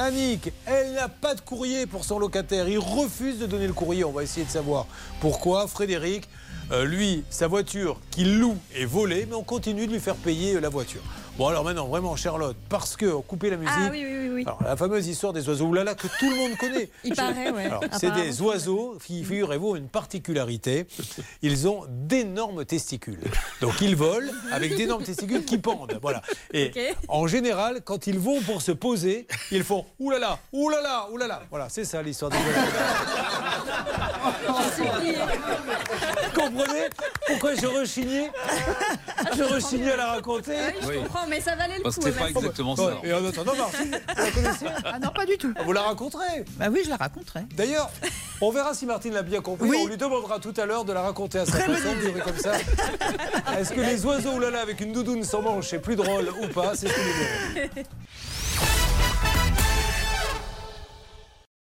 Annick, Ah, elle n'a pas de courrier pour son locataire. Il refuse de donner le courrier. On va essayer de savoir pourquoi. Frédéric, euh, lui, sa voiture qu'il loue est volée, mais on continue de lui faire payer euh, la voiture. Bon, alors maintenant, vraiment, Charlotte, parce que on coupait la musique. Ah oui, oui, oui. oui. Alors, la fameuse histoire des oiseaux oulala que tout le monde connaît. Il paraît, ouais. Alors, c'est des oiseaux, fi- figurez-vous, une particularité. Ils ont d'énormes testicules. Donc ils volent avec d'énormes testicules qui pendent. Voilà. Et Ok. en général, quand ils vont pour se poser, ils font oulala, oulala, oulala. Voilà, c'est ça l'histoire des oiseaux. Comprenez pourquoi je rechignais Je rechignais à la raconter. Je comprends, mais ça valait le Parce coup. que c'était pas merci. exactement Bon, ça. et en attendant, Martine, vous la connaissez Ah non, pas du tout. Vous la raconterez. Bah oui, je la raconterai. D'ailleurs, on verra si Martine l'a bien compris. Oui. On lui demandera tout à l'heure de la raconter à sa façon. vous verrez comme ça. oh Est-ce que les oiseaux oulala avec une doudoune sans manche c'est plus drôle ou pas C'est ce que nous verrons.